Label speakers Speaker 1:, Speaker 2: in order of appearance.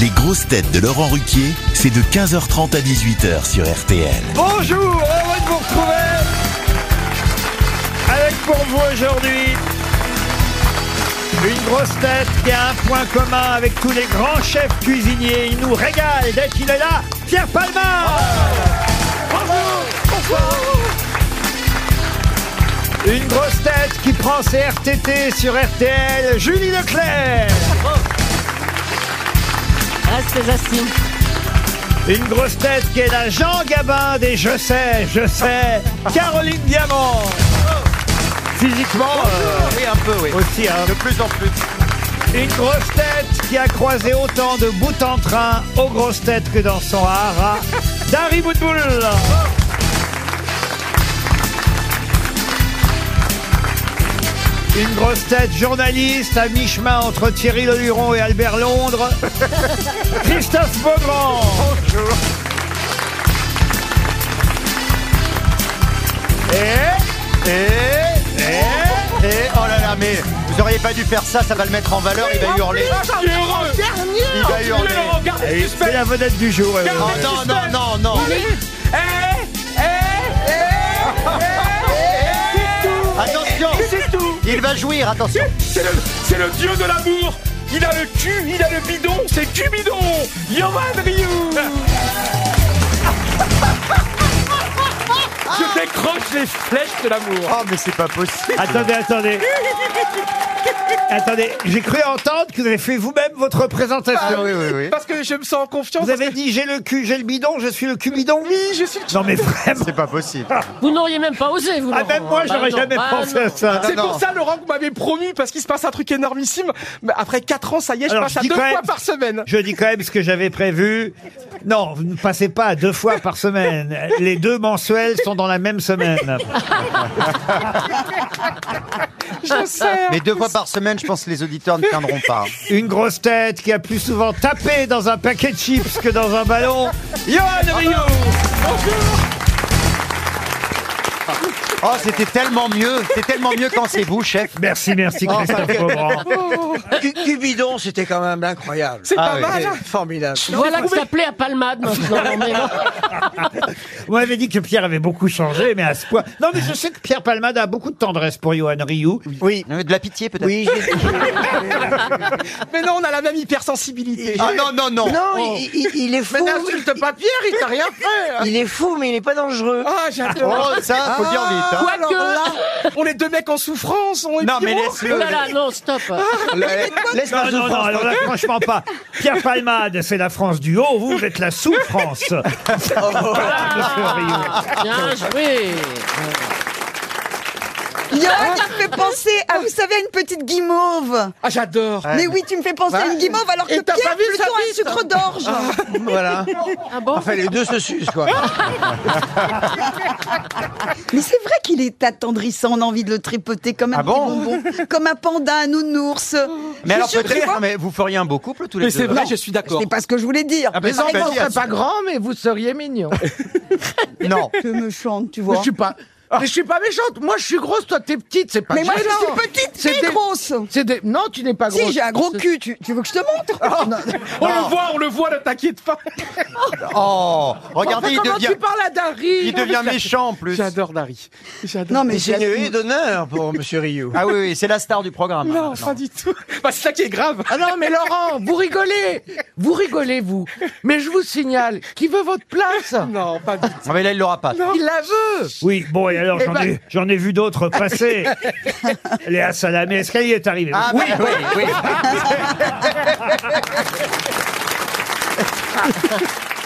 Speaker 1: Les grosses têtes de Laurent Ruquier, c'est de 15h30 à 18h sur RTL.
Speaker 2: Bonjour, heureux de vous retrouver avec pour vous aujourd'hui une grosse tête qui a un point commun avec tous les grands chefs cuisiniers. Il nous régale dès qu'il est là, Pierre Palma Une grosse tête qui prend ses RTT sur RTL, Julie Leclerc
Speaker 3: Ah,
Speaker 2: Une grosse tête qui est la Jean Gabin des Je sais, je sais, Caroline Diamant. Physiquement euh,
Speaker 4: Oui, un peu, oui.
Speaker 2: aussi, hein.
Speaker 4: De plus en plus.
Speaker 2: Une grosse tête qui a croisé autant de bout en train aux grosses têtes que dans son hara, Dari Boudboul. Une grosse tête journaliste à mi-chemin entre Thierry Leluron et Albert Londres, Christophe Beaugrand.
Speaker 4: Bonjour.
Speaker 2: Eh,
Speaker 4: Et, et, et, et, oh là là, mais vous auriez pas dû faire ça, ça va le mettre en valeur, il va hurler.
Speaker 3: Il est heureux.
Speaker 4: Il va hurler.
Speaker 2: Et Ah C'est la vedette du jour. euh. ouais, ouais,
Speaker 4: Non,
Speaker 2: ouais.
Speaker 4: non, non, non, non.
Speaker 3: Eh,
Speaker 4: Attention,
Speaker 3: C'est tout.
Speaker 4: il va jouir, attention.
Speaker 3: C'est le, c'est le dieu de l'amour. Il a le cul, il a le bidon, c'est Cubidon. Yoman Ryu. Je décroche les flèches de l'amour.
Speaker 4: Oh, mais c'est pas possible.
Speaker 2: Attendez, attendez. attendez, j'ai cru entendre que vous avez fait vous-même votre
Speaker 4: Ah
Speaker 2: présentation.
Speaker 4: oui, oui, oui.
Speaker 3: Parce que je me sens en confiance.
Speaker 2: Vous avez dit j'ai le cul, j'ai le bidon, je suis le cul bidon.
Speaker 3: Oui, je suis le
Speaker 2: Non mais vraiment.
Speaker 4: C'est pas possible.
Speaker 3: Ah.
Speaker 5: Vous n'auriez même pas osé, vous.
Speaker 2: Ah, même
Speaker 5: Laurent.
Speaker 2: moi,
Speaker 5: Bah
Speaker 2: j'aurais
Speaker 5: non,
Speaker 2: jamais
Speaker 5: bah
Speaker 2: pensé
Speaker 5: non.
Speaker 2: à ça.
Speaker 3: C'est
Speaker 4: Ah, non.
Speaker 3: pour ça, Laurent, que vous m'avez promu, parce qu'il se passe un truc énormissime. Mais Après 4 ans, ça y est, je
Speaker 2: Alors,
Speaker 3: passe
Speaker 2: je
Speaker 3: à
Speaker 2: dis
Speaker 3: deux
Speaker 2: quand même-
Speaker 3: fois par semaine.
Speaker 2: Je dis quand même ce que j'avais prévu. Non, vous ne passez pas à deux fois par semaine. Les deux mensuels sont dans la même semaine.
Speaker 3: Je sais.
Speaker 4: Mais deux fois par semaine, je pense que les auditeurs ne tiendront pas.
Speaker 2: Une grosse tête qui a plus souvent tapé dans un paquet de chips que dans un ballon. Johan Rioux.
Speaker 4: Oh, c'était tellement mieux. C'est tellement mieux quand c'est vous, chef.
Speaker 2: Merci, merci
Speaker 3: Oh,
Speaker 2: Christophe Beaugrand.
Speaker 6: Cu- Cubidon, c'était quand même incroyable.
Speaker 3: C'est
Speaker 4: Ah
Speaker 3: pas
Speaker 4: oui.
Speaker 3: mal. hein.
Speaker 6: Formidable.
Speaker 5: Voilà que ça plaît à Palmade maintenant. Non, mais
Speaker 2: Ah,
Speaker 5: non.
Speaker 2: Vous m'avez dit que Pierre avait beaucoup changé, mais à ce point. Non, mais je sais que Pierre Palmade a beaucoup de tendresse pour Johan Rioux.
Speaker 6: Oui,
Speaker 4: Euh, De la pitié, peut-être.
Speaker 6: oui. j'ai-
Speaker 3: Mais non, on a la même hypersensibilité.
Speaker 4: Ah non, non, non.
Speaker 6: Non, il, il- il est fou.
Speaker 3: pas Pierre, il t'a rien fait. hein.
Speaker 6: Il est fou, mais il n'est pas dangereux.
Speaker 3: Ah, j'adore.
Speaker 4: Oh, ça,
Speaker 6: Ah.
Speaker 4: faut dire vite. hein.
Speaker 5: Quoique-
Speaker 3: On est deux mecs en souffrance. On est
Speaker 4: Non, mais
Speaker 3: piro.
Speaker 4: laisse-le.
Speaker 5: Oh là là, non, stop.
Speaker 6: Laisse-moi
Speaker 2: Ah, Non, non, non, alors là, franchement pas. Pierre Palmade, c'est la France du haut, vous, vous êtes la sous-France.
Speaker 5: Ah, bien joué.
Speaker 4: Hein
Speaker 7: Yann, tu me fais penser à, vous savez, à une petite guimauve.
Speaker 3: Ah, j'adore.
Speaker 4: Ouais.
Speaker 7: Mais oui, tu me fais penser à une guimauve alors que
Speaker 3: Et t'as
Speaker 7: Pierre,
Speaker 3: pas vu sa
Speaker 7: plutôt un
Speaker 3: bite,
Speaker 7: sucre d'orge.
Speaker 6: Voilà.
Speaker 5: Ah bon
Speaker 6: Enfin, les deux se sucent, quoi.
Speaker 7: Mais c'est vrai qu'il est attendrissant, on a envie de le tripoter comme un
Speaker 4: Ah
Speaker 7: petit
Speaker 4: bon
Speaker 7: bonbon, comme un panda, un nounours.
Speaker 4: Mais alors
Speaker 7: suis sûre que
Speaker 4: peut-être,
Speaker 7: moi-
Speaker 4: non, mais vous feriez un beau couple tous les
Speaker 3: Mais
Speaker 4: deux.
Speaker 3: c'est vrai,
Speaker 4: Non.
Speaker 3: je suis d'accord.
Speaker 7: C'est pas ce que je voulais dire.
Speaker 4: Ah, mais
Speaker 7: Par
Speaker 4: non,
Speaker 7: exemple,
Speaker 4: vas-y,
Speaker 8: serais pas grand, mais vous seriez mignon.
Speaker 4: Non.
Speaker 7: je me chante, tu
Speaker 8: Mais
Speaker 7: vois.
Speaker 8: je suis pas. Mais je suis pas méchante. Moi, je suis grosse, toi, t'es petite, c'est pas
Speaker 7: Mais moi, je
Speaker 8: gênant.
Speaker 7: suis petite
Speaker 8: C'est
Speaker 7: et
Speaker 8: des-
Speaker 7: grosse.
Speaker 8: C'est des- Non, tu n'es pas grosse.
Speaker 7: Si, j'ai un gros cul, tu, tu veux que je te montre
Speaker 3: On le voit, on le voit, ne t'inquiète pas.
Speaker 4: Oh, regardez,
Speaker 8: Regardez,
Speaker 4: il
Speaker 8: comment
Speaker 4: devient,
Speaker 8: tu parles à Dari
Speaker 4: il devient méchant en plus.
Speaker 3: J'adore Dari. J'adore.
Speaker 7: Non, mais
Speaker 6: C'est une
Speaker 7: j'ai...
Speaker 6: haie d'honneur pour Monsieur Rioux.
Speaker 4: Ah oui, oui, c'est la star du programme.
Speaker 3: Non,
Speaker 4: Non.
Speaker 3: pas du tout. Bah, c'est ça qui est grave.
Speaker 8: Ah non, mais Laurent, vous rigolez. Vous rigolez, vous. Mais je vous signale, qui veut votre place
Speaker 3: Non, pas du tout.
Speaker 4: Ah, mais là, il l'aura pas.
Speaker 8: Il la veut.
Speaker 2: Oui, bon, et alors
Speaker 8: Eh
Speaker 2: j'en
Speaker 8: ben-
Speaker 2: ai, j'en ai vu d'autres passer. Léa Salamé, est-ce qu'elle y est arrivée
Speaker 4: Ah,
Speaker 2: Oui,
Speaker 4: bah, oui, oui.